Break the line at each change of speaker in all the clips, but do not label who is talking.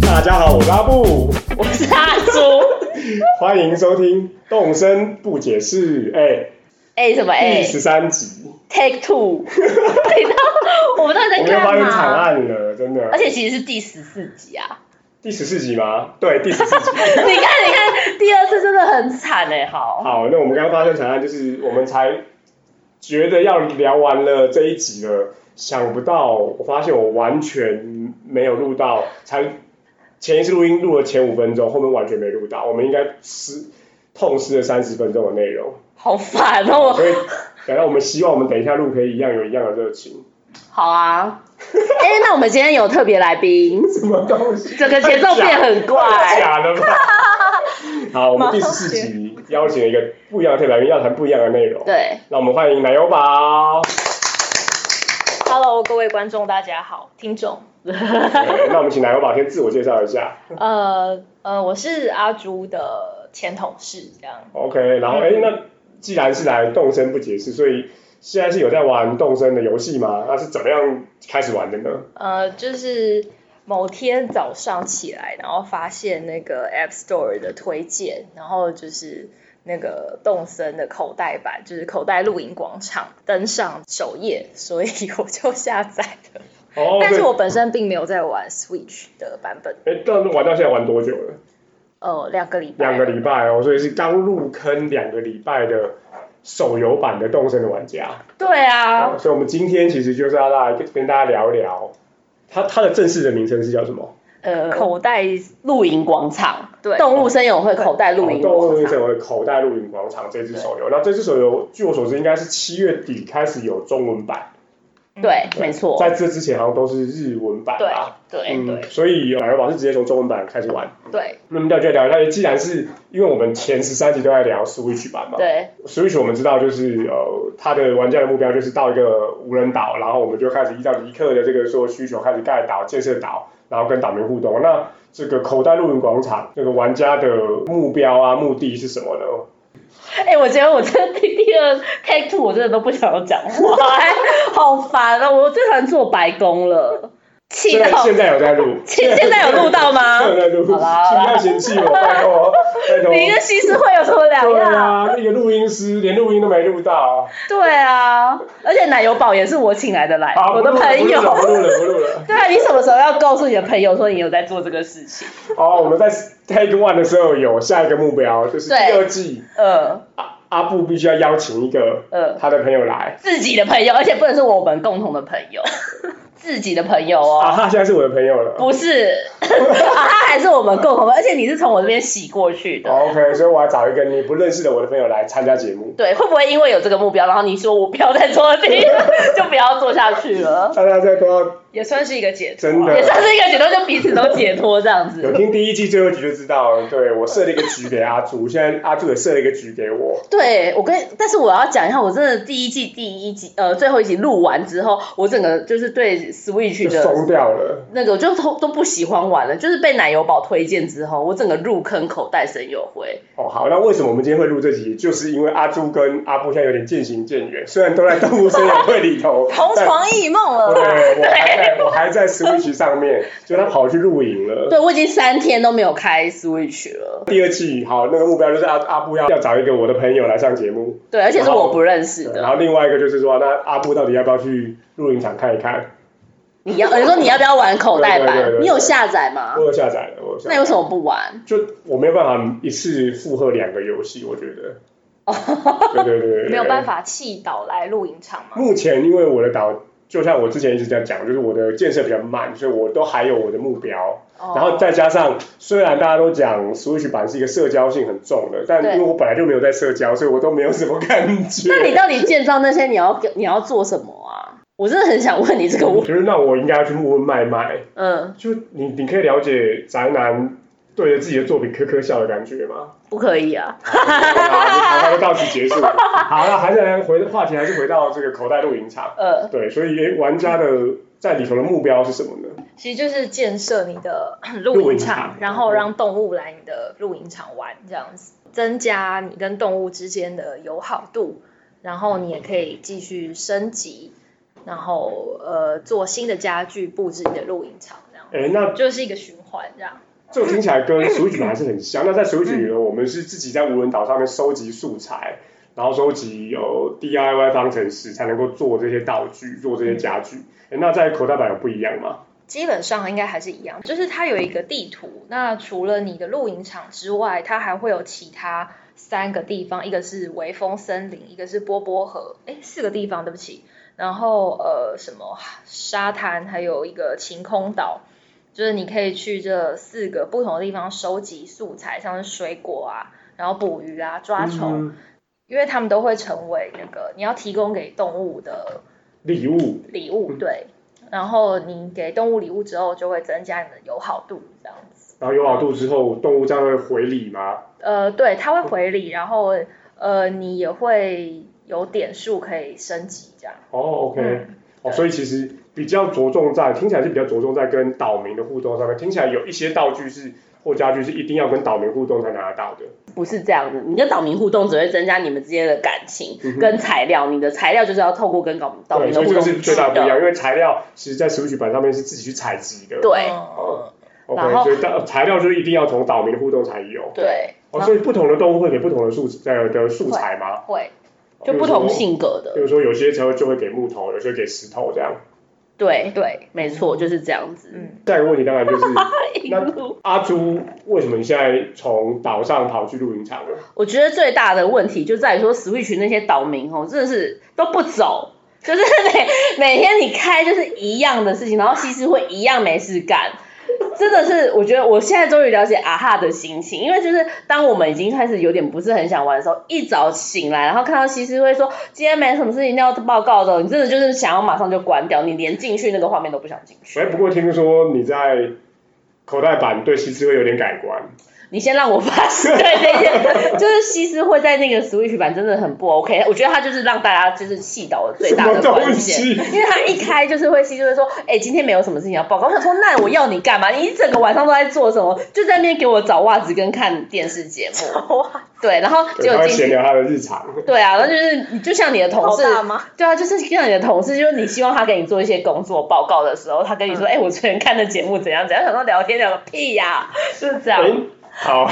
大家好，我是阿布，
我是阿朱。
欢迎收听《动声不解释》
哎，什么
哎、
哎
第十三集，
？Take two。对然后我们到底
我
在
们又发
干
生惨
哎
啊
嘛？
案了，真的
而。且其实是第十四集啊！
第十四集吗？对，第十四集。
你看，你看，第二次真的很惨哎、好，
好，那我们刚刚发生惨案，就是我们才觉得要聊完了这一集了，想不到我发现我完全没有录到，才前一次录音录了前五分钟，后面完全没录到，我们应该失痛失了三十分钟的内容，
好烦哦！
所以等到我们希望我们等一下录可以一样有一样的热情，
好啊，哎、那我们今天有特别来宾，
什么东西？
整个节奏变很
太
怪。
假了 吧？好，我们第十四集邀请了一个不一样的特别来宾，要谈不一样的内容。
对
那我们欢迎奶油 宝。
Hello，各位观众，大家好，听众，
对那我们请奶油宝先自我介绍一下
呃呃，我是阿朱的前同事，这样，
，OK？然后，哎、那既然是来动身不解释，所以现在是有在玩动身的游戏吗？那是怎么样开始玩的呢？
呃，就是某天早上起来，然后发现那个 App Store 的推荐，然后就是那个动森的口袋版，就是口袋露营广场登上首页，所以我就下载了，
哦，
但是
对
我本身并没有在玩 Switch 的版本，
哎，到玩到现在玩多久了？
呃，两个礼拜，
两个礼拜哦，所以是刚入坑两个礼拜的手游版的动身的玩家。
对啊
好，所以我们今天其实就是要来跟大家聊一聊，它它的正式的名称是叫什么？
呃，口袋露营广场，
对
动物森友会口袋露营
哦动物
广
森
场，
友会口袋露营广场这支手游。那这支手游，据我所知，应该是七月底开始有中文版，
对，没错，
在这之前好像都是日文版吧。
对
嗯，
对
所以奶油宝是直接从中文版开始玩。
对
那么大家聊一下，既然是因为我们前十三集都在聊 Switch 版嘛
对
，Switch 我们知道就是呃，它的玩家的目标就是到一个无人岛，然后我们就开始依照尼克的这个说需求开始盖岛、建设岛，然后跟岛民互动。那这个口袋露营广场，这个玩家的目标啊、目的是什么呢？
哎、我觉得我这第第二 take two 我真的都不想要讲话、哎好烦啊！我最讨厌做白工了，气
现在
到
啊现在有在录，
现现在有录到吗？
有在录，啊请
好啦好啦
不要嫌弃我，拜托，拜托。
你跟西施会有什么两
对
样？
啊，那个录音师连录音都没录到，
对啊，而且奶油宝也是我请来的来，
好，
我的朋
啊 不录了
友。
不录了，不录了。
对啊，你什么时候要告诉你的朋友说你有在做这个事情？
哦，我们在 Take One 的时候有下一个目标，就是第
对
二季
呃
阿阿布必须要邀请一个
呃，
他的朋友来。
自己的朋友，而且不能是我们共同的朋友，自己的朋友
啊，
哦，
他现在是我的朋友了。
不是啊，他还是我们共同的，而且你是从我这边洗过去的。
OK，所以我要找一个你不认识的我的朋友来参加节目。
对，会不会因为有这个目标，然后你说我不要再做这 个，就不要做下去了？
大家在都要
也算是一个解脱啊。
真的
也算是一个解脱，就彼此都解脱这样
有
子。
听第一季最后一集就知道了。对我设了一个局给阿 朱，现在阿朱也设了一个局给我。
对，我跟，但是我要讲一下，我真的第一季第一集，呃，最后一集录完之后，我整个就是对 Switch
就
的
疯掉了，
那个，我就都都不喜欢玩了。就是被奶油宝推荐之后，我整个入坑口袋神友会。
哦，好，那为什么我们今天会录这集？就是因为阿朱跟阿布现在有点渐行渐远，虽然都在动物森友会里头，
同
但
床异梦了。
对，我还在我还在 Switch 上面，就他跑去露营了。
对我已经三天都没有开 Switch 了，
第二季好，那个目标就是阿阿布要要找一个我的朋友来上节目，
对，而且是
然后
我不认识
对
的。
然后另外一个就是说，那阿布到底要不要去露营场看一看？
你要，你说你要不要玩口袋
对对对对
版？
对
你有下载吗
我？有下载了，我有下载
啊那有什么不玩？
就我没有办法一次负荷两个游戏，我觉得。
哦
对对 对对，
没有办
法。
法弃岛来露营场嘛？
目前因为我的岛，就像我之前一直在讲，就是我的建设比较慢，所以我都还有我的目标。
哦
然
哦
后再加上，虽然大家都讲 Switch 版是一个社交性很重的，但因
对
为我本来就没有在社交，所以我都没有什么感觉。
那你到底建造那些你要给你要做什么啊？我真的很想问你这个
我
问，
觉得那我应该要去问问麦麦，
嗯，
就你你可以了解宅男对着自己的作品咯咯笑的感觉吗？
不可以啊，
好，那就到此结束。好，那还是来回话题，还是回到这个口袋露营场。
呃，
对，所以诶玩家的在里头的目标是什么呢？
其实就是建设你的
露
露
营
营
场
场，然后让动物来你的露营场玩，这样子
嗯
增加你跟动物之间的友好度，然后你也可以继续升级，然后呃做新的家具布置你的露营场，这样
哎，那
就是一个循环这样。
这种听起来跟 Switch 还是很像。那在 Switch 里呢，我们是自己在无人岛上面收集素材，然后收集有 DIY 方程式才能够做这些道具、做这些家具。诶那在口袋版有不一样吗？
基本上应该还是一样，就是它有一个地图。那除了你的露营场之外，它还会有其他三个地方，一个是微风森林，一个是波波河，哎，四个地方，对不起。然后呃，什么沙滩，还有一个晴空岛，就是你可以去这四个不同的地方收集素材，像是水果啊，然后捕鱼啊，抓虫，
嗯
因为他们都会成为那个你要提供给动物的
礼物，
礼物，对。然后你给动物礼物之后，就会增加你的友好度，这样子。
然后有好度之后，动物这样会回礼吗？
呃，对，它会回礼，然后呃，你也会有点数可以升级，这样。
哦，OK，、
嗯
哦，
对
所以其实比较着重在听起来是比较着重在跟岛民的互动上面，听起来有一些道具是或家具是一定要跟岛民互动才拿得到的。
不是这样子，你跟岛民互动只会增加你们之间的感情
嗯哼
跟材料，你的材料就是要透过跟岛岛
对，
民
所
的
以
互
这个
动
是
去
最大不一
的。
样，因为材料其实在 Switch 版上面是自己去采集的。
对
嗯，然
，OK，
后
所以到材料就是一定要从岛民的互动才有。
对，
哦，所以不同的动物会给不同的素呃的素材吗？
会，
就不同性格的
比。如说有些时候就会给木头，有些给石头这样。
对，
对，
没错，就是这样子。
嗯，
下一个问题当然就是
一
那
路
阿朱，为什么你现在从岛上跑去露营场了？
我觉得最大的问题就在于说，Switch 那些岛民哦，真的是都不走，就是每每天你开就是一样的事情，然后西施会一样没事干。真的是，我觉得我现在终于了解阿哈的心情，因为就是当我们已经开始有点不是很想玩的时候，一早醒来，然后看到西施会说今天没什么事情要报告的，你真的就是想要马上就关掉，你连进去那个画面都不想进去。
哎，不过听说你在口袋版对西施会有点改观，
你先让我发现，对对对， 就是西施会在那个 Switch 版真的很不 OK，我觉得他就是让大家就是气到了最
什
大
么
的
东
关键。
西？
因为他一开就是会西施会说，哎、今天没有什么事情要报告。我想说，那我要你干嘛？你一整个晚上都在做什么？就在那边给我找袜子跟看电视节 目。
哇，
对，然后
对
结
他
果
会
进
闲
去，
聊他的日常。
对啊，然后就是你就像你的同
好
事，
大吗？
对啊，就是像你的同事，就是你希望他给你做一些工作报告的时候，他跟你说，
嗯
哎、我昨天看的节目怎样怎样，想说聊天聊个屁呀、就是这样。
哎，好，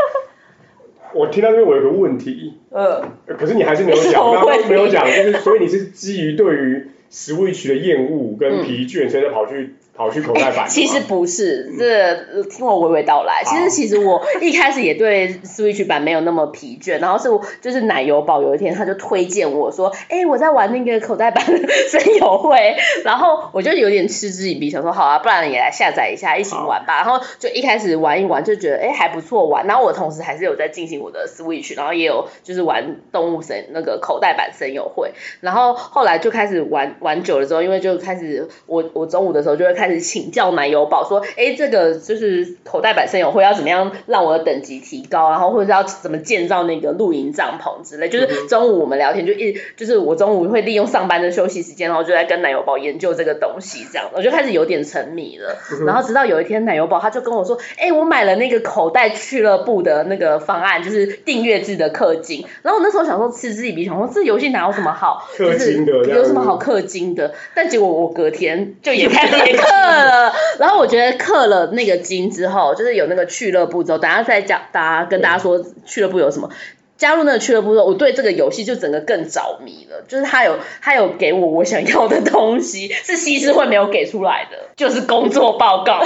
我听到这边我有个问题，
嗯。
呃
可是你还是没有
你怎
讲，
么
刚
会
刚没有讲，就是所以你是基于对于 Switch 的厌恶跟疲倦，所以才跑去跑去口袋版 的吗。
嗯其实不是，这听我娓娓道来。其
好
实其实我一开始也对 Switch 版没有那么疲倦，然后是我就是奶油宝有一天他就推荐我说，哎、我在玩那个口袋版的声友会， 然后我就有点嗤之以鼻，想说好啊，不然也来下载一下，一起玩吧。然后就一开始玩一玩，就觉得哎、还不错玩。然后我同时还是有在进行我的 Switch，然后也有就是玩动物神那个口袋版声友会。然后后来就开始玩玩久了之后，因为就开始我我中午的时候就会开始请教奶油宝说，哎，这个就是口袋版声友会要怎么样让我的等级提高，然后或者是要怎么建造那个露营帐篷之类。就
嗯哼
是中午我们聊天就一就是我中午会利用上班的休息时间，然后就在跟奶油宝研究这个东西，这样我就开始有点沉迷了。
嗯
然后直到有一天奶油宝他就跟我说，哎、我买了那个口袋俱乐部的那个方案，就是订阅制的氪金。然后我那时候想说嗤之以鼻，想说这游戏哪有什么好，就
氪
是
金的这样
有什么好氪金的？但结果我隔天就也开始也氪 了。然后我觉得氪了那个金之后，就是有那个俱乐部之后，等下再讲，大家跟大家说俱乐部有什么。加入那个俱乐部之后，我对这个游戏就整个更着迷了。就是他有他有给我我想要的东西，是西施会没有给出来的，就是工作报告。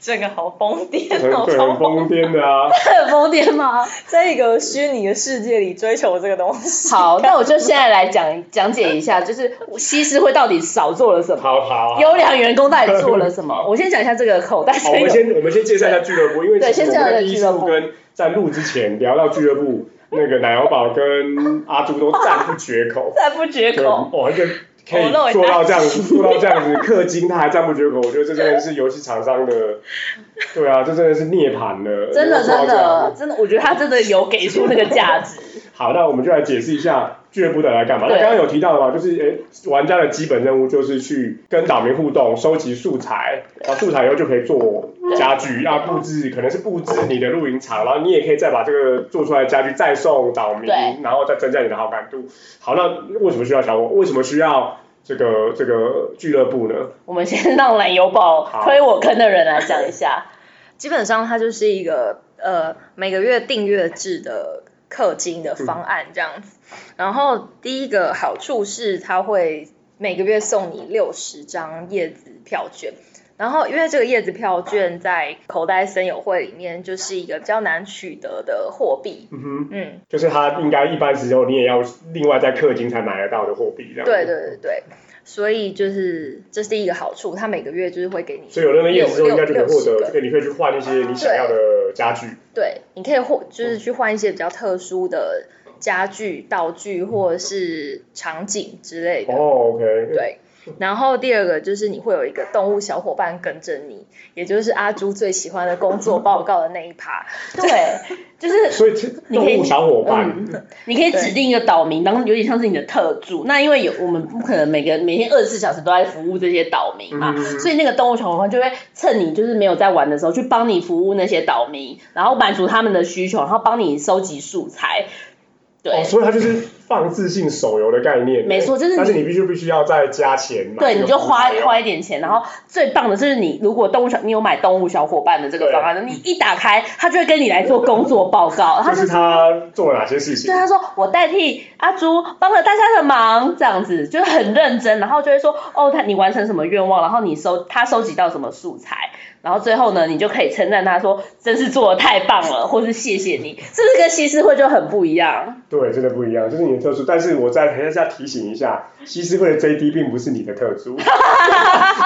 这个好疯癫哦
很对，很疯癫的啊！
很疯癫吗？
在一个虚拟的世界里追求这个东西。
好，那我就现在来讲讲解一下，就是西施会到底少做了什么。
好好好，
优良员工到底做了什么？我先讲一下这个口袋
好，
声
我们
友。
先我们先介绍一下俱乐部，因为
对
其实
先
我
介
们
绍一下
在第一
俱乐
次
部。
跟在录之前聊到俱乐部，那个奶油宝跟阿朱都赞不绝口
赞不 绝
对，
口。
哇，一个可
我漏
以
一
做到
大
这样子，做到这样子氪金，他还赞不绝口，我觉得这真的是游戏厂商 的，对啊，这真的是涅槃了，
真的
能够做到
真
这样
的。真的，我觉得他真的有给出那个价值。
好，那我们就来解释一下俱乐部到底来干嘛。那
对
刚刚有提到的嘛，就是诶、玩家的基本任务就是去跟岛民互动，收集素材，然后素材以后就可以做家
嗯
具，啊布置，可能是布置你的露营场，然后你也可以再把这个做出来的家具再送岛民
对，
然后再增加你的好感度。好，那为什么需要小我？为什么需要这个这个俱乐部呢？
我们先让懒油宝
好
推我坑的人来讲一下。
基本上它就是一个呃每个月订阅制的氪金的方案这样子。然后第一个好处是它会每个月送你六十张叶子票券。然后，因为这个叶子票券在口袋森友会里面就是一个比较难取得的货币，
嗯哼，
嗯，
就是它应该一般时候你也要另外再氪金才买得到的货币，这样。
对。对对对，所以就是这是第一个好处，它每个月就是会给你，
所以有了那个叶子之后，应该就可以获
六
得
六
这个，你可以去换一些
啊
你想要的家具。
对，你可以或
嗯
就是去换一些比较特殊的家具、道具或者是场景之类的。
哦，OK。。
对，然后第二个就是你会有一个动物小伙伴跟着你，也就是阿朱最喜欢的工作报告的那一趴。
对，就是
所以这
你可以
动物小伙伴，
嗯你可以
对
指定一个岛民，当有点像是你的特助。那因为有我们不可能每个每天二十四小时都在服务这些岛民嘛，
嗯嗯嗯
所以那个动物小伙伴就会趁你就是没有在玩的时候，去帮你服务那些岛民，然后满足他们的需求，然后帮你收集素材。对，
哦，所以它就是放置性手游的概念。
没错就是你
但是你必须必须要再加钱买这个服务。
对，你就花花
哎
一点钱，然后最棒的就是你如果动物小，你有买动物小伙伴的这个
对
方案，你一打开，他就会跟你来做工作报告，他
就是他做了哪些事情
对，？啊他说我代替阿朱帮了大家的忙，这样子就是很认真，然后就会说哦，他你完成什么愿望，然后你收他收集到什么素材，然后最后呢，你就可以称赞他说真是做的太棒了，或是谢谢你，是不是跟西施会就很不一样？
对，真的不一样，就是你的特殊。但是我再还是要提醒一下，西施会的 JD 并不是你的特 殊，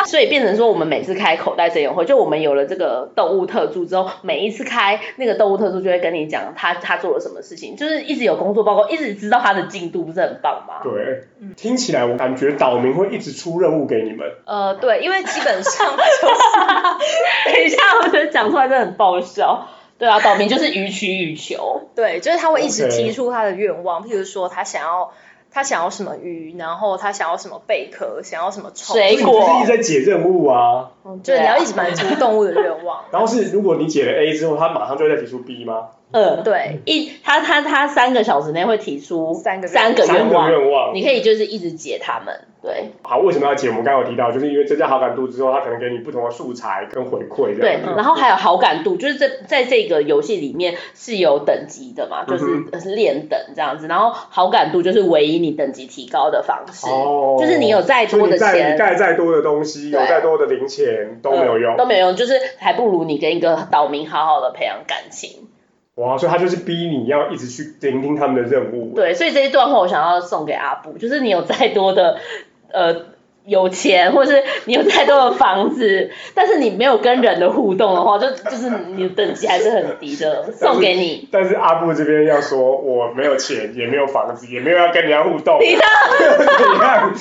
所以变成说我们每次开口袋真友会，就我们有了这个动物特助之后，每一次开那个动物特助就会跟你讲他他做了什么事情，就是一直有工作报告，一直知道他的进度，不是很棒吗？
对。听起来我感觉岛民会一直出任务给你们，
呃，对，因为基本上 就是
等一下，我觉得讲出来真的很爆笑。对啊，岛民就是予取予求，
对，就是他会一直
OK
提出他的愿望，譬如说他想要他想要什么鱼，然后他想要什么贝壳，想要什么虫，
所以
水
你就
果
是一直在解任务啊。
就是你要一直满足动物的愿望。
然后是如果你解了 A 之后，他马上就会再提出 B 吗？
嗯，
对，
一他他他三个小时内会提出
三个愿
三个
三
愿
个
望，
愿望。
你可以就是一直解他们，对
好，为什么要解？我们刚刚有提到，就是因为增加好感度之后，他可能给你不同的素材跟回馈这
对
样。，嗯
然后还有好感度，就是这在这个游戏里面是有等级的
嗯
嘛，就是呃是练等这样子，然后好感度就是唯一你等级提高的方式，
哦
就是你有再
所以
多
你
的
再你
钱。
盖再多的东西，有
对
再多的零钱都没有用
嗯。都没有用，就是还不如你跟一个岛民好好的培养感情。
哇，所以他就是逼你要一直去聆听他们的任务。
对，所以这一段话我想要送给阿布，就是你有再多的呃有钱，或是你有再多的房子，但是你没有跟人的互动的话，就就是你的等级还是很低的，送给你。
但是阿布这边要说，我没有钱，也没有房子，也没有要跟人家互动，
你的
怎样？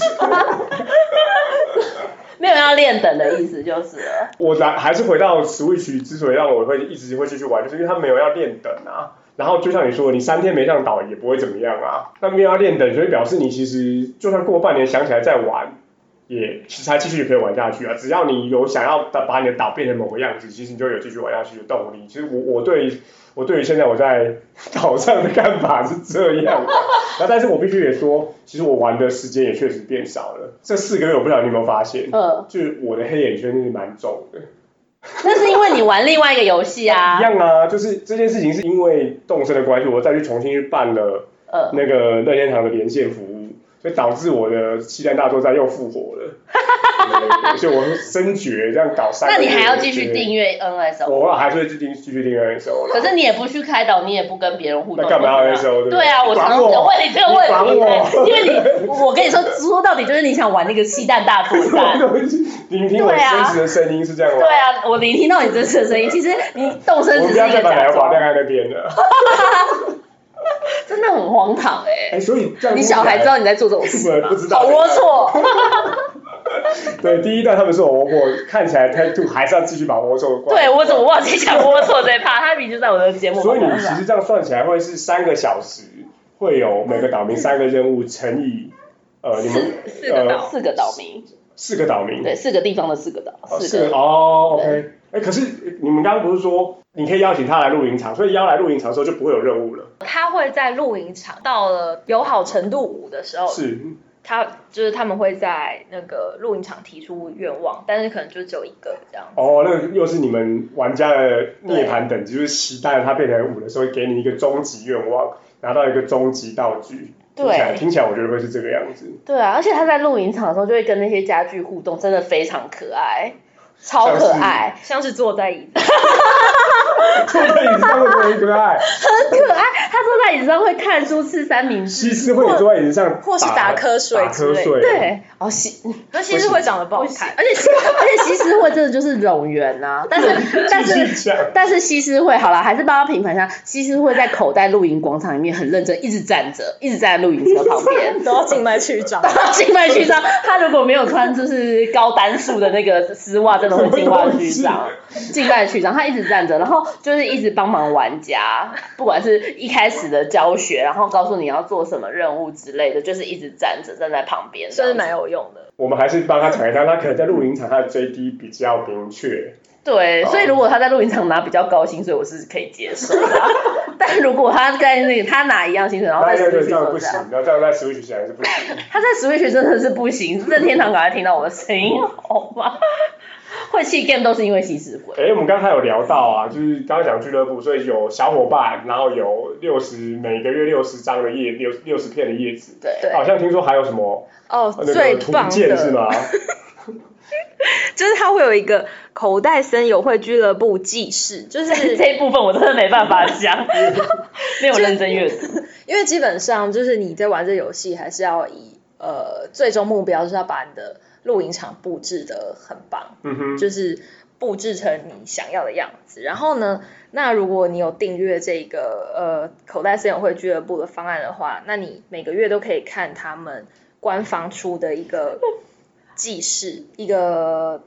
没有要练等的意思就是了，
我来还是回到 Switch 之所以让我会一直会继续玩，就是因为它没有要练等啊。然后就像你说，你三天没上岛也不会怎么样啊。那没有要练等，所以表示你其实就算过半年想起来再玩，也其实还继续可以玩下去啊。只要你有想要把你的岛变成某个样子，其实你就有继续玩下去的动力。其实我我对我对于现在我在 岛上的看法是这样的，那但是我必须也说，其实我玩的时间也确实变少了。这四个月我不知道你有没有发现，
呃，
就是我的黑眼圈是蛮重的。
那是因为你玩另外一个游戏
一
啊，
样啊，就是这件事情是因为动身的关系，我再去重新去办了
呃，
那个任天堂的连线服务，所以导致我的西单大作战又复活了。对所以我深觉这样搞三
那
个月，
你还要继续订
阅？
阅 NSO，
我还是会继续继续订阅 NSO 了。
可是你也不去开导，你也不跟别人互动，
那干嘛要 NSO？
对啊，我常
管
常
我
问你这个问
你管
题
我
呢，因为你，我跟你说，说到底就是你想玩那个气弹大作 战，
聆听我
对啊
真实的声音是这样吗？
对啊，我聆听到你真实的声音，其实你动身
我
只
不
是
要
一
再
个
把
假
来华
装，
亮在那边了。
真的很荒唐哎、
哎，所以这样
你
听起
小孩
来
知道你在做这种事吗？哦
不知道
好龌龊。
对，第一段他们说我我看起来态度还是要继续把魔兽关。
对，我怎么忘记讲龌龊这一趴？他明明就在我的节目
所以
旁
你
边嘛。
其实这样算起来会是三个小时，会有每个岛民三个任务乘以呃你们
四四个岛
呃、
四个岛民，
四个岛民，
对，四个地方的四个岛，
哦
四个。
哦
对
，OK，哎，可是你们刚刚不是说你可以邀请他来露营场，所以邀来露营场的时候就不会有任务了，
他会在露营场到了友好程度五的时候，
是
他就是他们会在那个露营场提出愿望，但是可能就只有一个这样。
哦，那个又是你们玩家的涅槃等级，就是期待它变成五的时候，给你一个终极愿望，拿到一个终极道具。听起来
对
听起来我觉得会是这个样子，
对啊，而且他在露营场的时候就会跟那些家具互动，真的非常可爱，超可爱，
像是坐在椅子，
坐在椅子上会不会很可 爱？
很可爱。他坐在椅子上会看书、吃三明
西
治，
施会坐在椅子上，
或是
打
打瞌睡
打
之
瞌
类的
睡，，
对，哦西，
那其实会长得不好 看。
而且西而且西施会真的就是冗员啊，但是但
继
是
续讲。
但是西施会好了，还是帮他平反一下。西施会在口袋露营广场里面很认真，一直站着，一直站在露营车旁 边。
都要静脉曲张，
静脉曲张，他如果没有穿就是高单数的那个丝袜，真的会静脉曲张。静脉曲张，他一直站着，然后就是一直帮忙玩家，不管是一开始的教学，然后告诉你要做什么任务之类的，就是一直站着站在旁边。
算是蛮有用的。
我们还是帮他讲一下，他可能在露营场他的 JD 比较明确，
对，
哦
所以如果他在露营场拿比较高薪水，我是可以接受 的啊。但如果他在那个他拿一样薪水，
哦
然后
那
在
要
Switch
这样
做
不
这
行
样，，
然后这样在 Switch 显然是不行。
他在 Switch 真的是不行。任天堂赶快听到我的声音好吗？会气 game 都是因为吸食鬼。
哎，我们刚才有聊到啊，就是刚刚讲俱乐部，所以有小伙伴，然后有六十每个月六十张的叶，六六十片的叶子，
对，
对
好像听说还有什么呃
哦，
啊那
最
个图
棒
鉴是
的
吗？
就是它会有一个口袋森友会俱乐部记事，就是
这一部分我真的没办法 讲，没有认真阅读。
因为基本上就是你在玩这游戏，还是要以呃最终目标就是要把你的露营场布置的很棒，
嗯哼，
就是布置成你想要的样子。然后呢，那如果你有订阅这个呃口袋森友会俱乐部的方案的话，那你每个月都可以看他们官方出的一个 记事，一个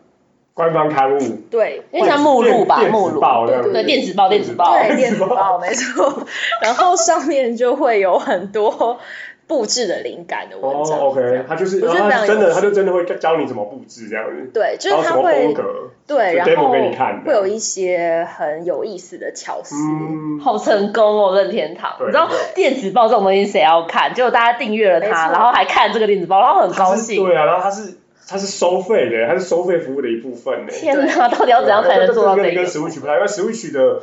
官方刊物，
对
因为像目录吧，
电
目
电子
录
报这样子
对电子报，电子报，
对，电子 报没错。然后上面就会有很多布置的灵感的
哦
文章。这
，OK，
样
他就是，
我
然
觉得
后他
非常
真的，
有趣
他就真的会教你怎么布置这样子，
对，就
然后
是
什
他
么风
会
格，
对，
就
然
demo
后
给你看的
会有一些很有意思的巧思。
嗯，
好成功哦，任天堂！
对
你知道电子报这种东西谁要看？结果大家订阅了它，
没错
然后还看这个电子报，然后很高
他是
兴。
对啊，然后他是他是收费的，他是收费服务的一部分呢。
天哪， 到底要怎样才能做到
对
这
跟跟？
个
Switch 不太一样，因为 Switch 的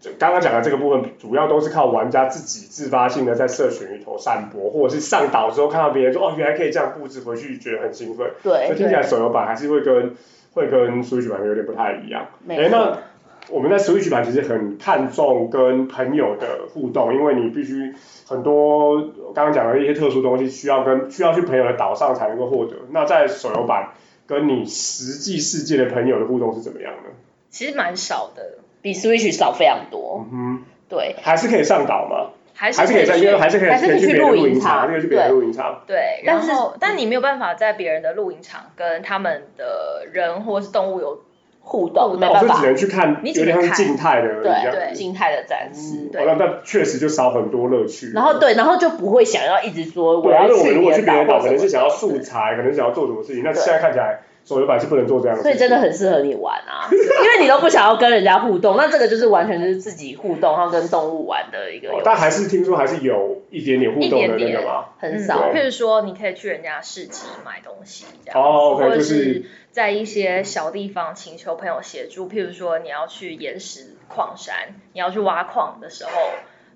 就刚刚讲的这个部分，主要都是靠玩家自己自发性的在社群里头散播，或者是上岛之后看到别人说哦，原来可以这样布置，回去觉得很兴奋。所以
对，
听起来手游版还是会跟会跟 Switch 版有点不太一样。
没错
那。我们在 Switch 版其实很看重跟朋友的互动，因为你必须很多我刚刚讲的一些特殊东西需要跟需要去朋友的岛上才能够获得。那在手游版跟你实际世界的朋友的互动是怎么样的？
其实蛮少的，
比 Switch 少非常多。
嗯
对，
哼，还是可以上岛吗？
还是
还是可以上，因为
去
还是可以
还是可以
去
去
别的
露
露
营
营
场
场，可以去别的
对
露营场。
对，
但
然
是嗯
后但你没有办法在别人的露营场跟他们的人或是动物有
互动没
哦，所以
办
只
法，
能去看，
你只
有点
能
像
看
静态的一样。
嗯
对，静态的展示。
对
哦那那确实就少很多乐趣。
然后对，然后就不会想要一直说我
对啊，因
要
为我们如果去
去
别人
岛
岛，可
或什么
能是想要
的
素材，可能想要做什么事情。那
对
现在看起来，手游版是不能做这样的事
所
情。
以真的很适合你玩 啊，因为你都不想要跟人家互动，那这个就是完全就是自己互动，然后跟动物玩的一个游
哦
戏，
但还是听说还是有一点点互动的那个嘛。
很
嗯
少。
对
譬如说，你可以去人家市集买东西，这样子，
哦，OK，
或者
就是
是在一些小地方请求朋友协助。譬如说，你要去岩石矿山，你要去挖矿的时候，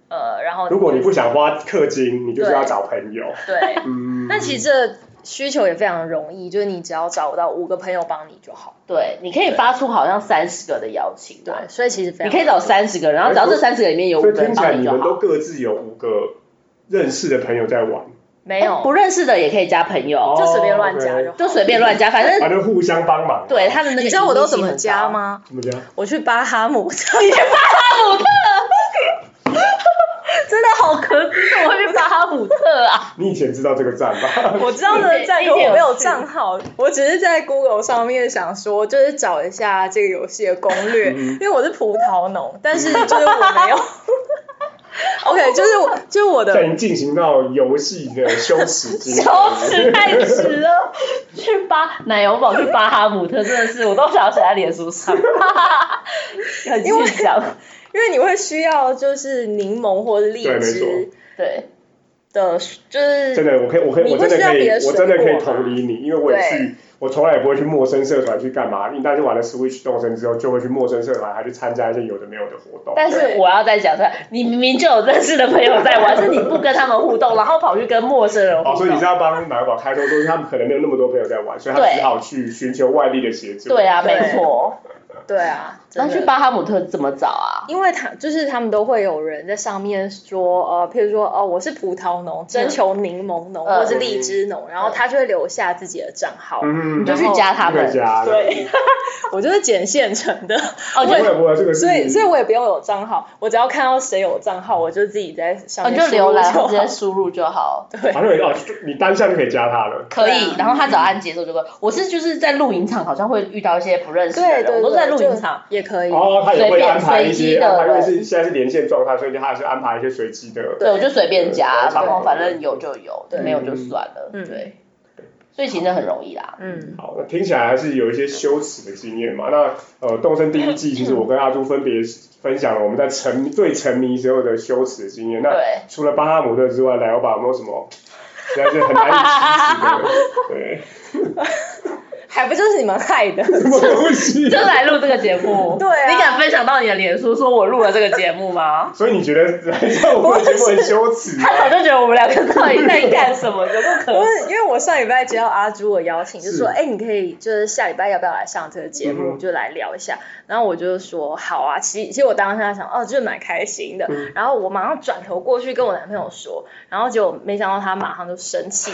呃，然后
如果你不
就
想花氪金，你就是要找朋友。
对，
嗯，
那其实这需求也非常容易，就是你只要找到五个朋友帮你就好。
对，你可以发出好像三十个的邀请吧，
对，所以其实非
你
常
可以找三十个，然后只要这三十个里面有五
哎所
个
以听
人
起来
帮
你
就
们都
好。
各自有五个认识的朋友在玩，
没有
哎不认识的也可以加朋友，
哦
就随便乱加就好。
就随便乱加，反正
反正互相帮忙。
对他的那个，
你知道我都怎么加？吗？
怎么讲？
我去巴哈姆特，你去巴
真的好可耻， 我会去巴哈姆特啊！
你以前知道这个站吧？
我知道
对
的战
一
友
定有
我没有
趣
账号，我只是在 Google 上面想说，就是找一下这个游戏的攻略，
嗯
因为我是葡萄农，但是就是我没有。OK，就是我，就是我
在已
的，
经进行到游戏的羞耻 经历
羞耻太迟了，去巴奶油堡去巴哈姆特真的是，我都想要写在脸书上，很
因为
去讲，
因为你会需要就是柠檬或是荔
对没错
枝
对，
的，就是
真的，我可以，我可以，
你
我
会
真的
知道
可以
别的，水
我真的可以
果吗
同理你，因为我也
对
去，我从来也不会去陌生社团去干嘛，但是玩了 Switch 动身之后，就会去陌生社团，还去参加一些有的没有的活动。
但是
对
我要再讲出来，你明明就有认识的朋友在玩，是你不跟他们互动，然后跑去跟陌生人
哦，
互
所以你
动
是。要帮马宝开拓，就是他们可能没有那么多朋友在玩，所以他们
对
只好去寻求外力的协助。
对啊，
对
没错。
对啊，真
那
的
去巴哈姆特怎么找啊？
因为他就是他们都会有人在上面说，呃，譬如说，哦，我是葡萄农，征求柠檬农、
嗯
或是荔枝农，然后他就会留下自己的账号，
嗯，
你就
然
去
后
加他
各
们。
家的。
对， 我就是捡现成的，
哦，
不
就
会不会，这个是
所以所以我也不用有账号，我只要看到谁有账号，我就自己在上
哦
面
就
输入
浏览，然后
好
直接输入就好。
反正哦，就你单下就可以加他了。
可
对
以
啊，
然后他只要按接受就可以。我是就是在露营场，好像会遇到一些不认识的
对
人，
对
我都
对，
在露营
就
场。
也可以，
哦，他也
随
会
便
安排一
随
些，
机的
安排因为
人
是现在是连线状态，所以他还是安排一些随机的。
对，我就随便加，
对
然后反正有就有，
对
没有就算了。
嗯
对，所以其实很容易啦。
嗯，
好，那听起来还是有一些羞耻的经验嘛。那呃，动身第一季，其实我跟阿朱分别分享了我们在沉迷最沉迷时候的羞耻的经验。那
对，
除了巴哈姆特之外，莱欧巴有没有什么实在是很难以 启齿的？对，
还不就是你们害 的，
什么东西
就？来录这个节目。
对啊
你敢分享到你的脸书，说我录了这个节目 吗？
所以你觉得来上我们的节目很羞耻
他
吗？
早就觉得我们两个到底在干什么，有够可
不
恶。
是，因为我上礼拜接到阿朱的邀请，就是说，哎、你可以就是下礼拜要不要来上这个节目，
嗯哼
就来聊一下。然后我就说好啊，其实其实我当下想，哦，就是蛮开心的。
嗯
然后我马上转头过去跟我男朋友说，然后结果没想到他马上就 生气，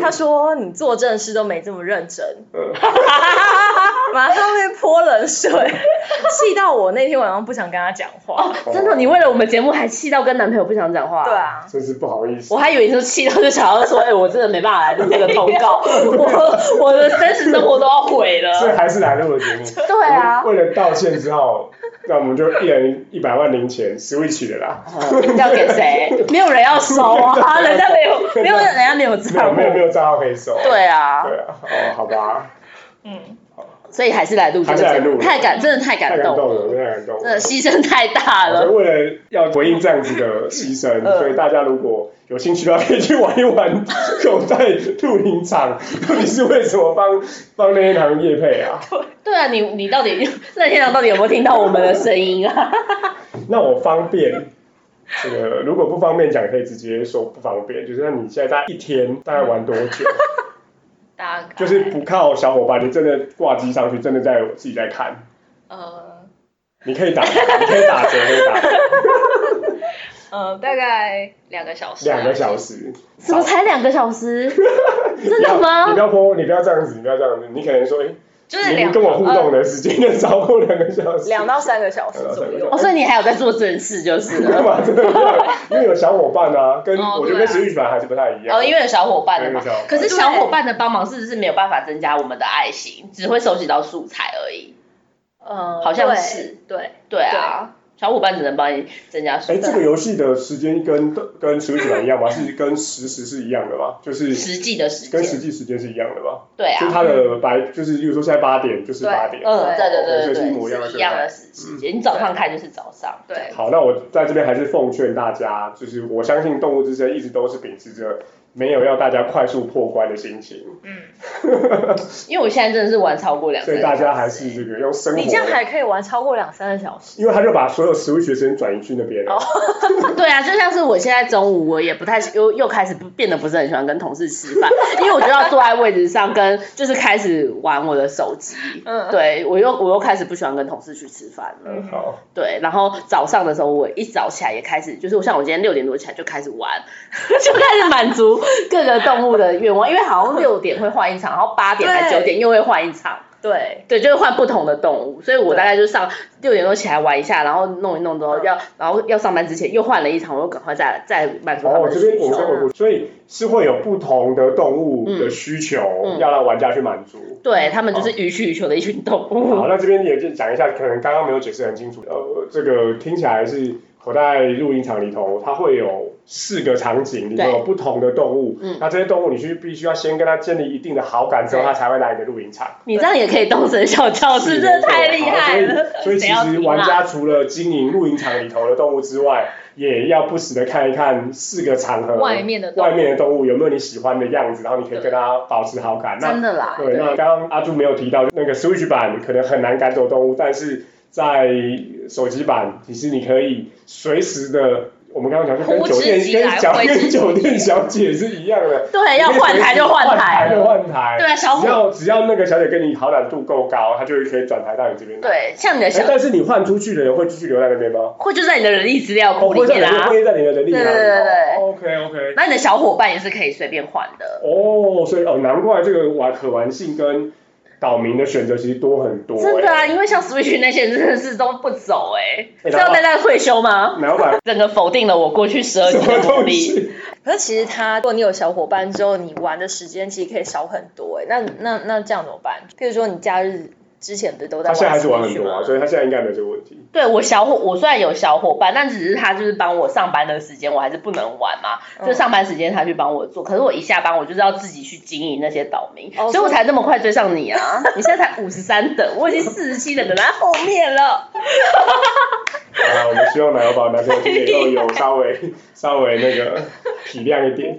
他说你做正事都没这么认真，
嗯
马上被泼冷水， 气到我那天晚上不想跟他讲话。
哦， 真的，你为了我们节目还气到跟男朋友不想讲话。
对。啊，
真是不好意思
我。还以为你是气到就想要说，哎、我真的没办法来录这个通 告，我我的真实生活都要毁
所以
了。
还是来录了节目。
对啊
我，们为了道歉之后，那我们就一人一百万零钱 switch 的啦。
嗯要给谁？没有人要收啊，人家没有， 没有人家没有
没
账
有
户
没有。没有账号可以收。
对啊，
对啊，哦，好吧，
嗯，
所以还是来录这个
还
节
是来
目，
录
太感，真的太
太
感
感
动了，
动了，真的感动了。
真的牺牲太大
所以
了。
为了要回应这样子的牺牲，
嗯
所以大家如果有兴趣的话，可以去玩一玩口袋露营场。到底是为什么帮帮那一堂夜配啊？
对啊，你你到底 那天堂到底有没有听到我们的声音啊？
那我方便，这个如果不方便讲，可以直接说不方便。就是那你现在大概一天大概玩多久？
大概
就是不靠小伙伴，你真的挂机上去，真的在我自己在看，
呃
你可以打，你可以打折，可以 打折
呃，大概两个小时啊，
两个小时。
怎么才两个小 时？真的
你不
吗？
要泼，你不要这样子，你不要这样子，你可能说，哎、
就是
明明
两
跟我互
呃
动的时间就超过两个小时。
两到三个小时左
两到三个小时
右
哦，。所以你还有在做正事 就是
干
了。
嘛真的不要？因为有小伙伴啊，跟、
哦
我觉得
对
跟
啊
实力版还是不太一样。
哦，因为有小伙伴的
对有
嘛
小伙伴，
可是小伙伴的帮忙是不是没有办法增加我们的爱心，只会收集到素材而已？
呃，
好像
对
是
对，
对啊，小伙伴只能帮你增加素
哎，这个
材，
游戏的时间跟跟实力版一样吗？是跟实时是一样的吗？就是
实际的时
跟实
间，
际时间是一样的吗？
对
就是
啊，
它的白，就是比如说现在八点就是八点。
嗯，对对对
所以是一嗯
对
模一样的
对，是一样的时时间，你早上开就是早上，
对
好，那我在这边还是奉劝大家，就是我相信动物之声一直都是秉持着没有要大家快速破关的心情，
嗯，
因为我现在真的是玩超过两
所
三
以
个小
大
时，
家还是这个用生活。
你这样还可以玩超过两三个小时，
因为他就把所有食物学生转移去那边了。
哦
对啊，就像是我现在中午我也不太又又开始不变得不是很喜欢跟同事吃 饭，因为我就要坐在位置上跟就是开始玩我的手机，
嗯，
对我又我又开始不喜欢跟同事去吃饭了。
嗯
好，
对，然后早上的时候，我一早起来也开始，就是我像我今天六点多起来就开始玩， 就开始满足各个动物的愿望，因为好像六点会换一场，然后八点还
对
九点又会换一场，
对，
对，就会换不同的动物，所以我大概就上六点多起来玩一下，然后弄一弄之后
嗯
要，然后要上班之前又换了一场，我又赶快再再满足他
哦，
们
我
的
这
需
边我
求。
说我所以是会有不同的动物的需求，
嗯嗯
要让玩家去满足。
对他们就是予取予求的一群动物。
好，那这边也就讲一下，可能刚刚没有解释很清楚。呃，这个听起来是口袋露营场里头，它会有四个场景，里头
对
有不同的动物。
嗯
那这些动物你去必须要先跟它建立一定的好感之后，
对
它才会来你的露营场。
你这样也可以动身小教室，真的太厉害了。
哦所以其
谁要
实
听啊
玩家除了经营露营场里头的动物之外，也要不时的看一看四个场合
外面的
外面的动物有没有你喜欢的样子，然后你可以跟它保持好感。那
真的啦，
对，那刚刚阿朱没有提到那个 Switch 版可能很难赶走动物，但是在手机版，其实你可以随时的，我们刚刚讲就跟
呼之
酒店
即来
跟小
挥之
跟
即去
酒店小姐是一样的，
对，要换台就换台
换台就
了。
换台。
对啊，小
只
虎，
要只要那个小姐跟你好感度够高，她就可以转台到你这边。来。
对，像你的
哎
小，
但是你换出去的人会继续留在那边吗？
会就在你的人力资料
哦，
库里
会在你
面
的
啊。
会在你的人力
对
行
对对对
OK OK。
那你的小伙伴也是可以随便换的，
哦，所以哦，难怪这个玩可玩性跟岛民的选择其实多很多、欸。
真的啊，因为像 Switch 那些人真的是都不走哎、
哎
欸，知道在那退休吗？
老板
整个否定了我过去十二
什
年
么
的努
东
力。
西？
可是其实它，如果你有小伙伴之后，你玩的时间其实可以少很多哎、那那那这样怎么办？譬如说你假日之前不是都在
他
玩
现在还是玩
Switch
很多啊，
吗
所以他现在应该没有这个问题。
对我小伙，我虽然有小伙伴，但只是他就是帮我上班的时间，我还是不能玩嘛。
嗯
就上班时间他去帮我做，可是我一下班我就是要自己去经营那些岛民，
哦
所以我才那么快追上你啊！你现在才五十三等，我已经四十七等，等在后面了。
啊，我们希望奶油宝男生今年都有稍微稍微那个体谅一 点。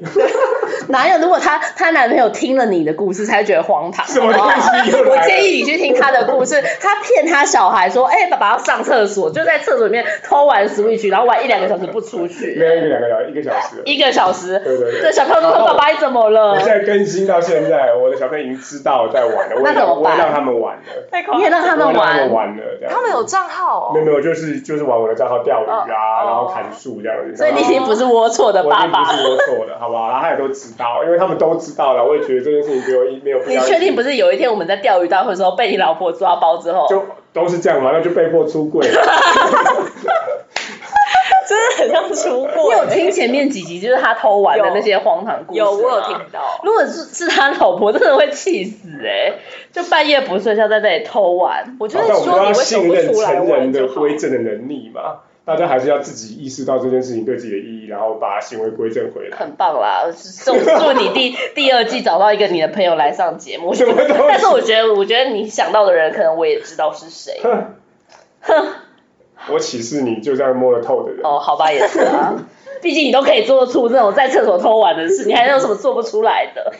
哪有？如果她她男朋友听了你的故事，才会觉得荒唐。哦
什么东西又来了
我建议你去听她的故事，她骗她小孩说，哎、爸爸要上厕所，就在厕所里面偷玩 Switch，然后玩一两个小时不出
没
去，
有一个两个小时，一个小时了。
一个小时。
对对
这
对。
小朋友都说：“爸爸，你怎么了
我？” 现在更新到现在，我的小朋友已经知道在玩了，我
那
也
怎么
让我也
办
让他们玩了，
太
你也让他
我
们
也让他们
玩，
玩了，这样。
他们有账号
没有
哦，
没有，就是就是玩我的账号钓鱼啊，
哦
然后砍树这样子。
所以你已经不是龌龊的
我
爸
已经不
爸。
是我错了，好不好？然后他也都知道，因为他们都知道了，我也觉得这件事情没有没有必
你
要。
确定不是有一天我们在钓鱼大会的时候被你老婆抓包之后，
就都是这样嘛？那就被迫出柜了。
真的很像出
你
过
有听前面几集就是他偷玩的
有
那些荒唐故事？啊
有，我有。
啊
听到。
如果是是他老婆，真的会气死哎、就半夜不睡觉在那里偷玩。
我觉
好
得
但我们都要
说你为什
信
么
任
不出来
成人
玩
的
就好。
归正的能力嘛。大家还是要自己意识到这件事情对自己的意义，然后把行为归正回来。
很棒啦！祝祝你第第二季找到一个你的朋友来上节目。
什么东西
但是我觉得，我觉得你想到的人，可能我也知道是谁。
哼， 我歧视你就这样摸得透的人。
哦，好吧，也是 啊。毕竟你都可以做出这种在厕所偷玩的事，你还有什么做不出来的？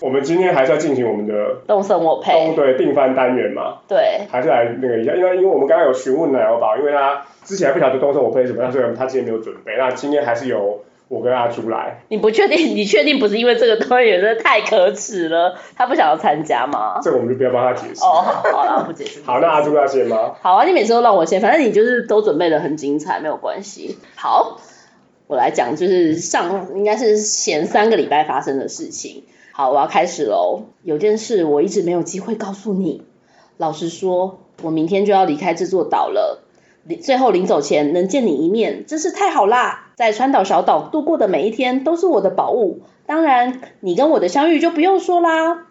我们今天还是要进行我们的
动身
动物
我配，
对定番单元嘛。
对，
还是来那个一下，因为因为我们刚刚有询问奶油宝，因为他之前还不晓得东升我配什么，所以他今天没有准备。那今天还是由我跟阿朱来，
你不确定？你确定不是因为这个单元真的太可耻了，他不想要参加吗？
这个我们就不要帮他解释。
哦，好，好啦，不解释。
好，那阿朱要先吗？
好啊，你每次都让我先，反正你就是都准备的很精彩，没有关系。好，我来讲，就是上应该是前三个礼拜发生的事情。好，我要开始喽。有件事我一直没有机会告诉你，老实说，我明天就要离开这座岛了。临最后临走前能见你一面，真是太好啦！在川岛小岛度过的每一天都是我的宝物，当然你跟我的相遇就不用说啦。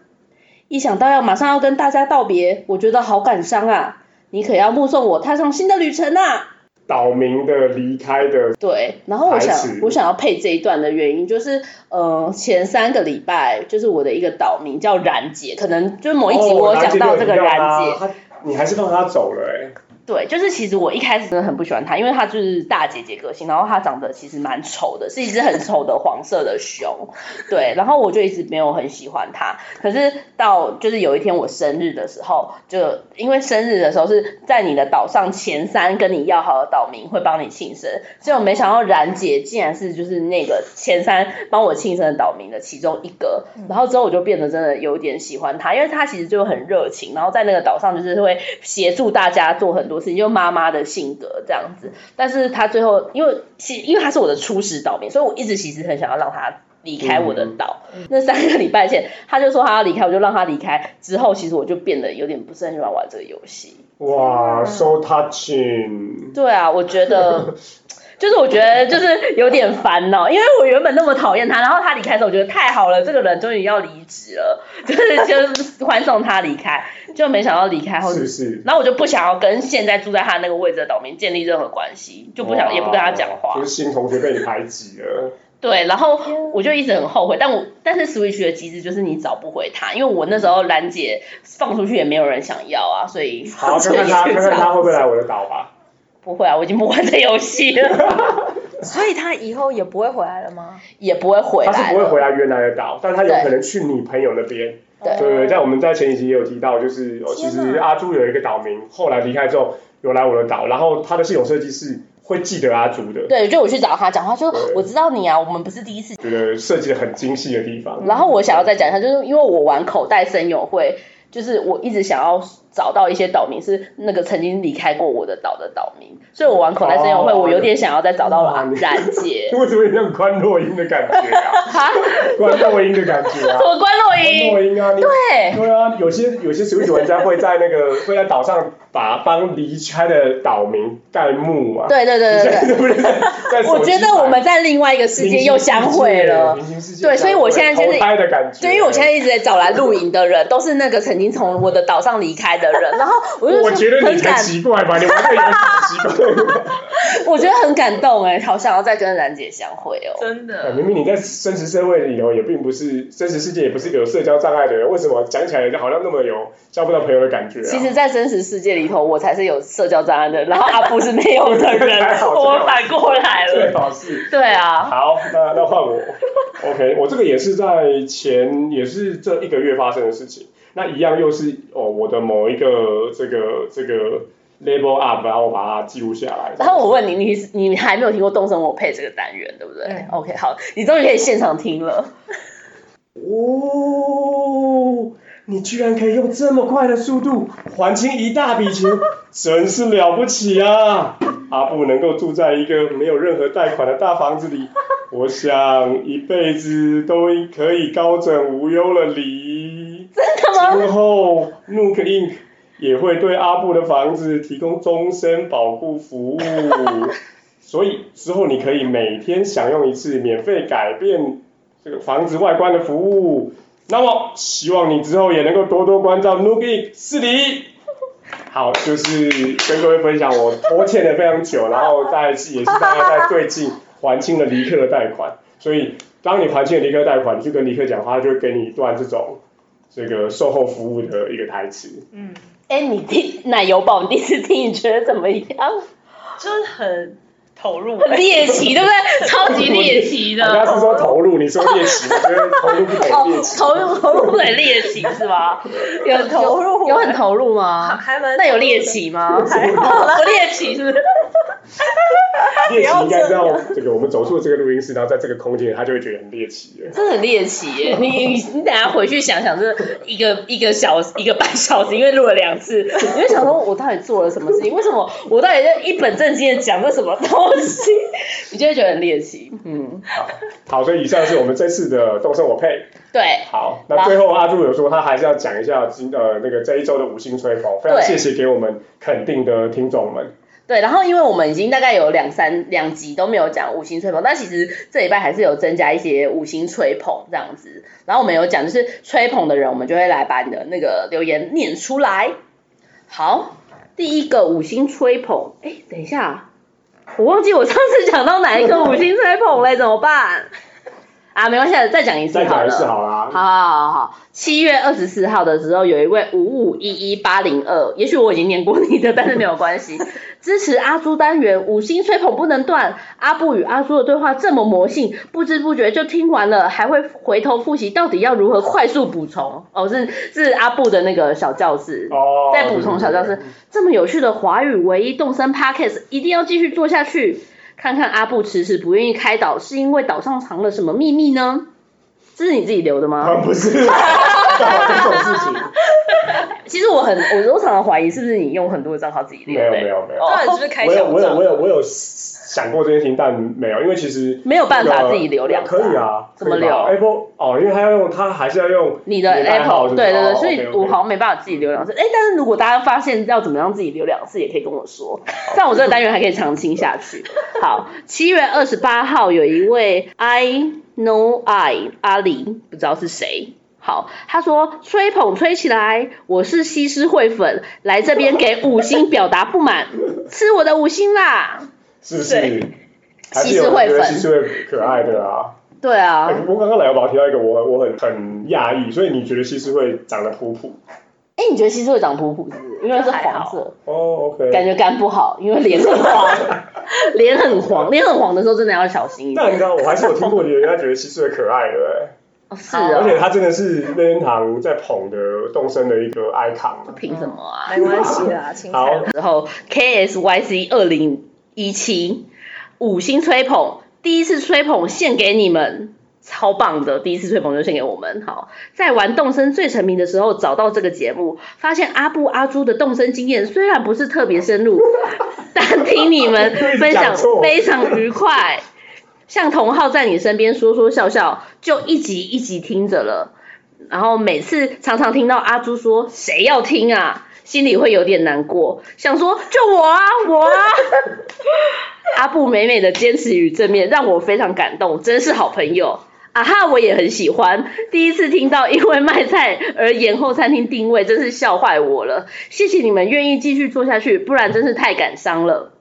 一想到要马上要跟大家道别，我觉得好感伤啊。你可要目送我踏上新的旅程啊！
岛民的离开的，
对，然后我想
排斥
我想要配这一段的原因就是，呃，前三个礼拜就是我的一个岛名叫冉姐，可能就是某一集我有讲到这个
冉
冉姐，
姐，他你还是放他走了哎、
对，就是其实我一开始真的很不喜欢她，因为她就是大姐姐个性，然后她长得其实蛮丑的，是一只很丑的黄色的熊，对，然后我就一直没有很喜欢她。可是到就是有一天我生日的时候，就因为生日的时候是在你的岛上前三跟你要好的岛民会帮你庆生，结果没想到冉姐竟然是就是那个前三帮我庆生的岛民的其中一个，然后之后我就变得真的有点喜欢她，因为她其实就很热情，然后在那个岛上就是会协助大家做很多事情，就妈妈的性格这样子。但是她最后因为其因为她是我的初始岛民，所以我一直其实很想要让她离开我的岛。
嗯
那三个礼拜前，她就说她要离开，我就让她离开。之后其实我就变得有点不是很喜欢玩这个游戏。嗯
哇，so touching。
对啊，我觉 得就是我觉得就是有点烦恼，因为我原本那么讨厌他，然后他离开的时候，我觉得太好了，这个人终于要离职了， 就是就是欢送他离开，就没想到离开后
是。不是？
然后我就不想要跟现在住在他那个位置的岛民建立任何关系，就不想也不跟他讲
哇
话
哦就是。新同学被你排挤了，
对，然后我就一直很后悔，但我但是 Switch 的机制就是你找不回他，因为我那时候兰姐放出去也没有人想要啊，所以
好，看看他，看看他会不会来我的岛吧。
不会啊，我已经不玩这游戏了，
所以他以后也不会回来了吗？
也不会回
他
来。
是不会回。来原来的岛，但他有可能去你朋友那边。
对
对对，在我们在前几集也有提到，就是哦，其
天哪
实阿朱有一个岛民，后来离开之后有来我的岛，然后他的系统设计是会记得阿朱的，
对，就我去找他讲话，他说
对
我知道你啊，我们不是第一次。
觉得设计的很精细的地方。
然后我想要再讲一下，就是因为我玩口袋声友会，就是我一直想要找到一些岛民是那个曾经离开过我的岛的岛民，所以我玩口袋声友会，
哦
我有点想要再找到
哇你
冉姐。
为什么有像关若英的感觉啊？
哈，
关若英的感觉啊
什，么关洛
关
英？
若英啊，你
对，
对啊，有些有些 Switch 玩家会在那个会在岛上把帮离开的岛民盖墓啊嘛。
对对 对对
你现在
对。
是不是在在手
我
机
觉得
版
我们在另外一个世界又相会了。
平行世界
对所以我现在就是
投胎的感觉。
对，因为我现在一直在找来露营的人，都是那个曾经从我的岛上离开的 人，然后我就
我觉得你
很
才
感，
奇怪吧，你玩这个游戏很奇怪。
我觉得很感动哎，好想要再跟兰姐相会哦。
真
哎明明你在真实社会里头也并不是真实世界，也不是个有社交障碍的人，为什么讲起来好像那么有交不到朋友的感觉、啊？
其实，在真实世界里头，我才是有社交障碍的人，然后阿布是没有的
还
人，
好
我们反过来
最
了。
好是。
对啊，
好，那那换我。OK，我这个也是在前，也是这一个月发生的事情。那一样又是哦，我的某一个这个这个 level up，然后我把它记录下来。
然后我问你，你是你还没有听过动身我配这个单元对不对、
嗯
o k 好，你终于可以现场听了。
哦，你居然可以用这么快的速度还清一大笔钱，真是了不起啊！ 阿布能够住在一个没有任何贷款的大房子里，我想一辈子都可以高枕无忧了哩。
真的吗？
之后，Nook Inc 也会对阿布的房子提供终身保护服务，所以之后你可以每天享用一次免费改变这个房子外观的服务。那么，希望你之后也能够多多关照 Nook Inc 是你。好，就是跟各位分享，我拖欠了非常久，然后在也是大概在最近还清了尼克的贷款，所以当你还清了尼克贷款，你去跟尼克讲话，他就会给你一段这种这个售后服务的一个台词。
嗯，
哎、你第奶油宝，你第一次听，你觉得怎么 样？
就是很投入
很猎奇，对不对？超级猎奇
人家
的。
是说投入，你说猎奇，我觉得投入不可以猎
哦，
奇。
投入投入很猎奇是吧？有很
投入
有很投入
还
吗？
还蛮
那有猎奇吗？不猎奇是不是？
猎奇应该知道，这个我们走出这个录音室，然后在这个空间，他就会觉得很猎奇了。
真的很猎奇耶！你你你等下回去想想，这一个一个小时一个半小时，因为录了两次，你会想说我到底做了什么事情？为什么我到底在一本正经的讲这什么东西？你就会觉得很猎奇。嗯，
好，所以以上是我们这次的动身我配。
对，
好，那最后阿朱有说他还是要讲一下今呃那个这一周的五星吹风，非常
对
谢谢给我们肯定的听众们。
对，然后因为我们已经大概有两三两集都没有讲五星吹捧，但其实这礼拜还是有增加一些五星吹捧这样子。然后我们有讲，就是吹捧的人，我们就会来把你的那个留言念出来。好，第一个五星吹捧，哎，等一下，我忘记我上次讲到哪一个五星吹捧嘞，怎么办？啊，没关系，再讲一次
再
好
讲
了。
一次好啦。
好好好好，七月二十四号的时候，有一位五五一一八零二，也许我已经念过你的，但是没有关系。支持阿朱单元，五星吹捧不能断。阿布与阿朱的对话这么魔性，不知不觉就听完了，还会回头复习到底要如何快速补充。哦，是是阿布的那个小教室。
哦，
再补充小教
对
室，这么有趣的华语唯一动身 podcast 一定要继续做下去。看看阿布迟迟不愿意开岛，是因为岛上藏了什么秘密呢？这是你自己留的吗？
啊，不 是，干嘛这种事情？
其实我很，我我常常怀疑是不是你用很多张号自己
没
练
有
的，
没有没有，
哦
到底是 不是开
我有
小
我有我
账？
有我有想过这件事情，但没有，因为其实
没有办
那
法
个
自己留两张
可以啊，
怎么
可以吧
留
？Apple 哦，因为他要用，他还是要用
你的
你的代号
Apple，
是不是
对对对，
哦
所以
OK，OK
我好像没办法自己留两次。哎，但是如果大家发现要怎么样自己留两次，也可以跟我说，这样我这个单元还可以长青下 去。好，七月二十八号有一位 I know I 阿里，不知道是谁。好，他说吹捧吹起来，我是西施惠粉，来这边给五星表达不满，吃我的五星啦！
是不
对
是？还是有人觉得其实会可爱的啊。
对啊，
哎不过刚刚奶油宝提到一个我我很很讶异，所以你觉得西施会长得普普？
哎、你觉得蟋蟀会长普普是不是？因为它是
就还好
黄色，
哦，OK。
感觉肝不好，因为脸很 黄，脸很黄，脸很黄的时候真的要小心一
那你
点。
知道，我还是有听过人家觉得蟋蟀可 爱的、
哦是
哎，而
啊，
且它真的是任天堂在捧的动身的一个 icon。
凭什么啊？
没关系啦，青
好
菜
之后，KSYC 二零一七五星吹捧，第一次吹捧献给你们，超棒的，第一次吹捧就献给我们。好，在玩动森最沉迷的时候找到这个节目，发现阿布阿朱的动森经验虽然不是特别深入，但听你们分享非常愉快。像同号在你身边说说笑笑，就一集一集听着了。然后每次常常听到阿朱说谁要听啊，心里会有点难过，想说就我啊我啊。阿布美美的坚持与正面让我非常感动，真是好朋友。啊哈，我也很喜欢。第一次听到因为卖菜而延后餐厅定位，真是笑坏我了。谢谢你们愿意继续做下去，不然真是太感伤了。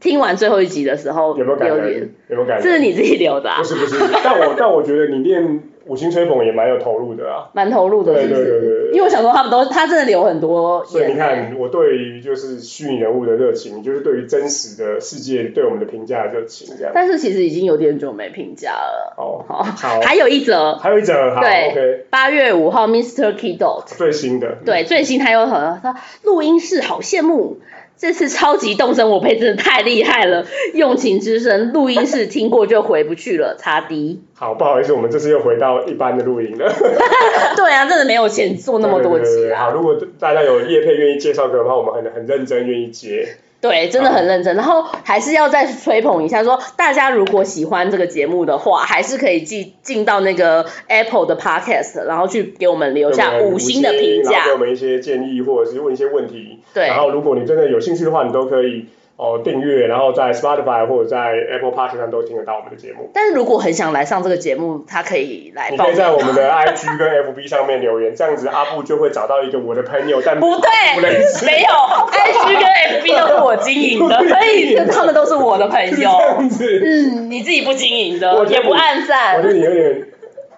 听完最后一集的时候，
有没有感
留言
人？有没有感
这是
人？
你自己留的、啊
不，是不是，但我但我觉得你练五星吹捧也蛮有投入的啊。
蛮投入的，
对
是不
对对
是？
对
因为我想说他们都，他真的留很多
所以你
言。
看，我对于就是虚拟人物的热情，就是对于真实的世界对我们的评价的热情，这样。
但是其实已经有点久没评价了。
好，
好，
好，
还有一则，
还有一则，好
对
，OK，
八月五号，Mr. Kiddo，
最新的，
对，最新他又和他录音室好羡慕，这次超级动身我配真的太厉害了，用情之深，录音室听过就回不去了，擦 低。
嗯好，不好意思，我们这次又回到一般的录音了，
对啊，真的没有钱做那么多
对对对
集
对好，
啊。
如果大家有叶配愿意介绍歌的话，我们很很认真愿意接。
对，真的很认真。然后还是要再吹捧一下说，大家如果喜欢这个节目的话，还是可以进进到那个 Apple 的 Podcast，然后去给我们留下
给我们
五星的评
然
价
后给。我们一些建议或者是问一些问题。
对
然后如果你真的有兴趣的话，你都可以哦订阅，然后在 Spotify 或者在 Apple Podcast 上都听得到我们的节目。
但是如果很想来上这个节目，他可以来
你
报
可以
名。
在我们的 IG 跟 FB 上面留言，这样子阿布就会找到一个我的朋友， 但
不
不
对
认，识
没有，IG 跟 FB 都是我经营的，所以他们都是我的
是
朋
这
友。
样子。
嗯，你自己不经营的
我，觉得
也不按
我
赞
觉。得你有点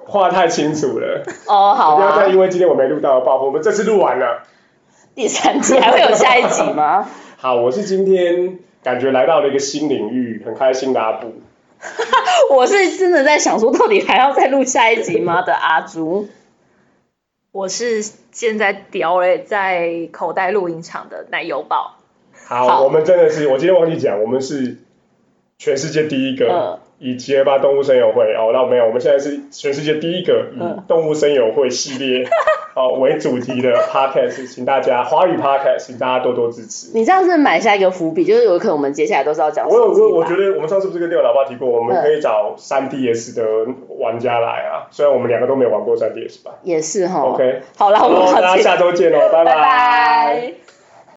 话太清楚了，
哦，好
不要再
啊，
因为今天我没录到而报复。我们这次录完了，
第三季还会有下一集 吗？
好，我是今天感觉来到了一个新领域，很开心的阿布。
我是真的在想说，到底还要再录下一集吗的阿朱？
我是现在屌嘞，在口袋露营场的奶油宝，
好，
好
我们真的是，我今天忘记讲，我们是全世界第一个、
嗯
以吉尔巴动物声友会哦，那没有，我们现在是全世界第一个
嗯
以动物声友会系 列哦为主题的 podcast，请大家华语 podcast，请大家多多支持。
你这样是埋下一个伏笔，就是有可能我们接下来都是要讲
我有
手机
我我
吧
觉得我们上次不是跟六老爸提过，我们
嗯
可以找三 DS 的玩家来啊，虽然我们两个都没有玩过三 DS 吧。
也是哈。
OK，
好了，我
好
们
大家下周见哦，拜
拜拜。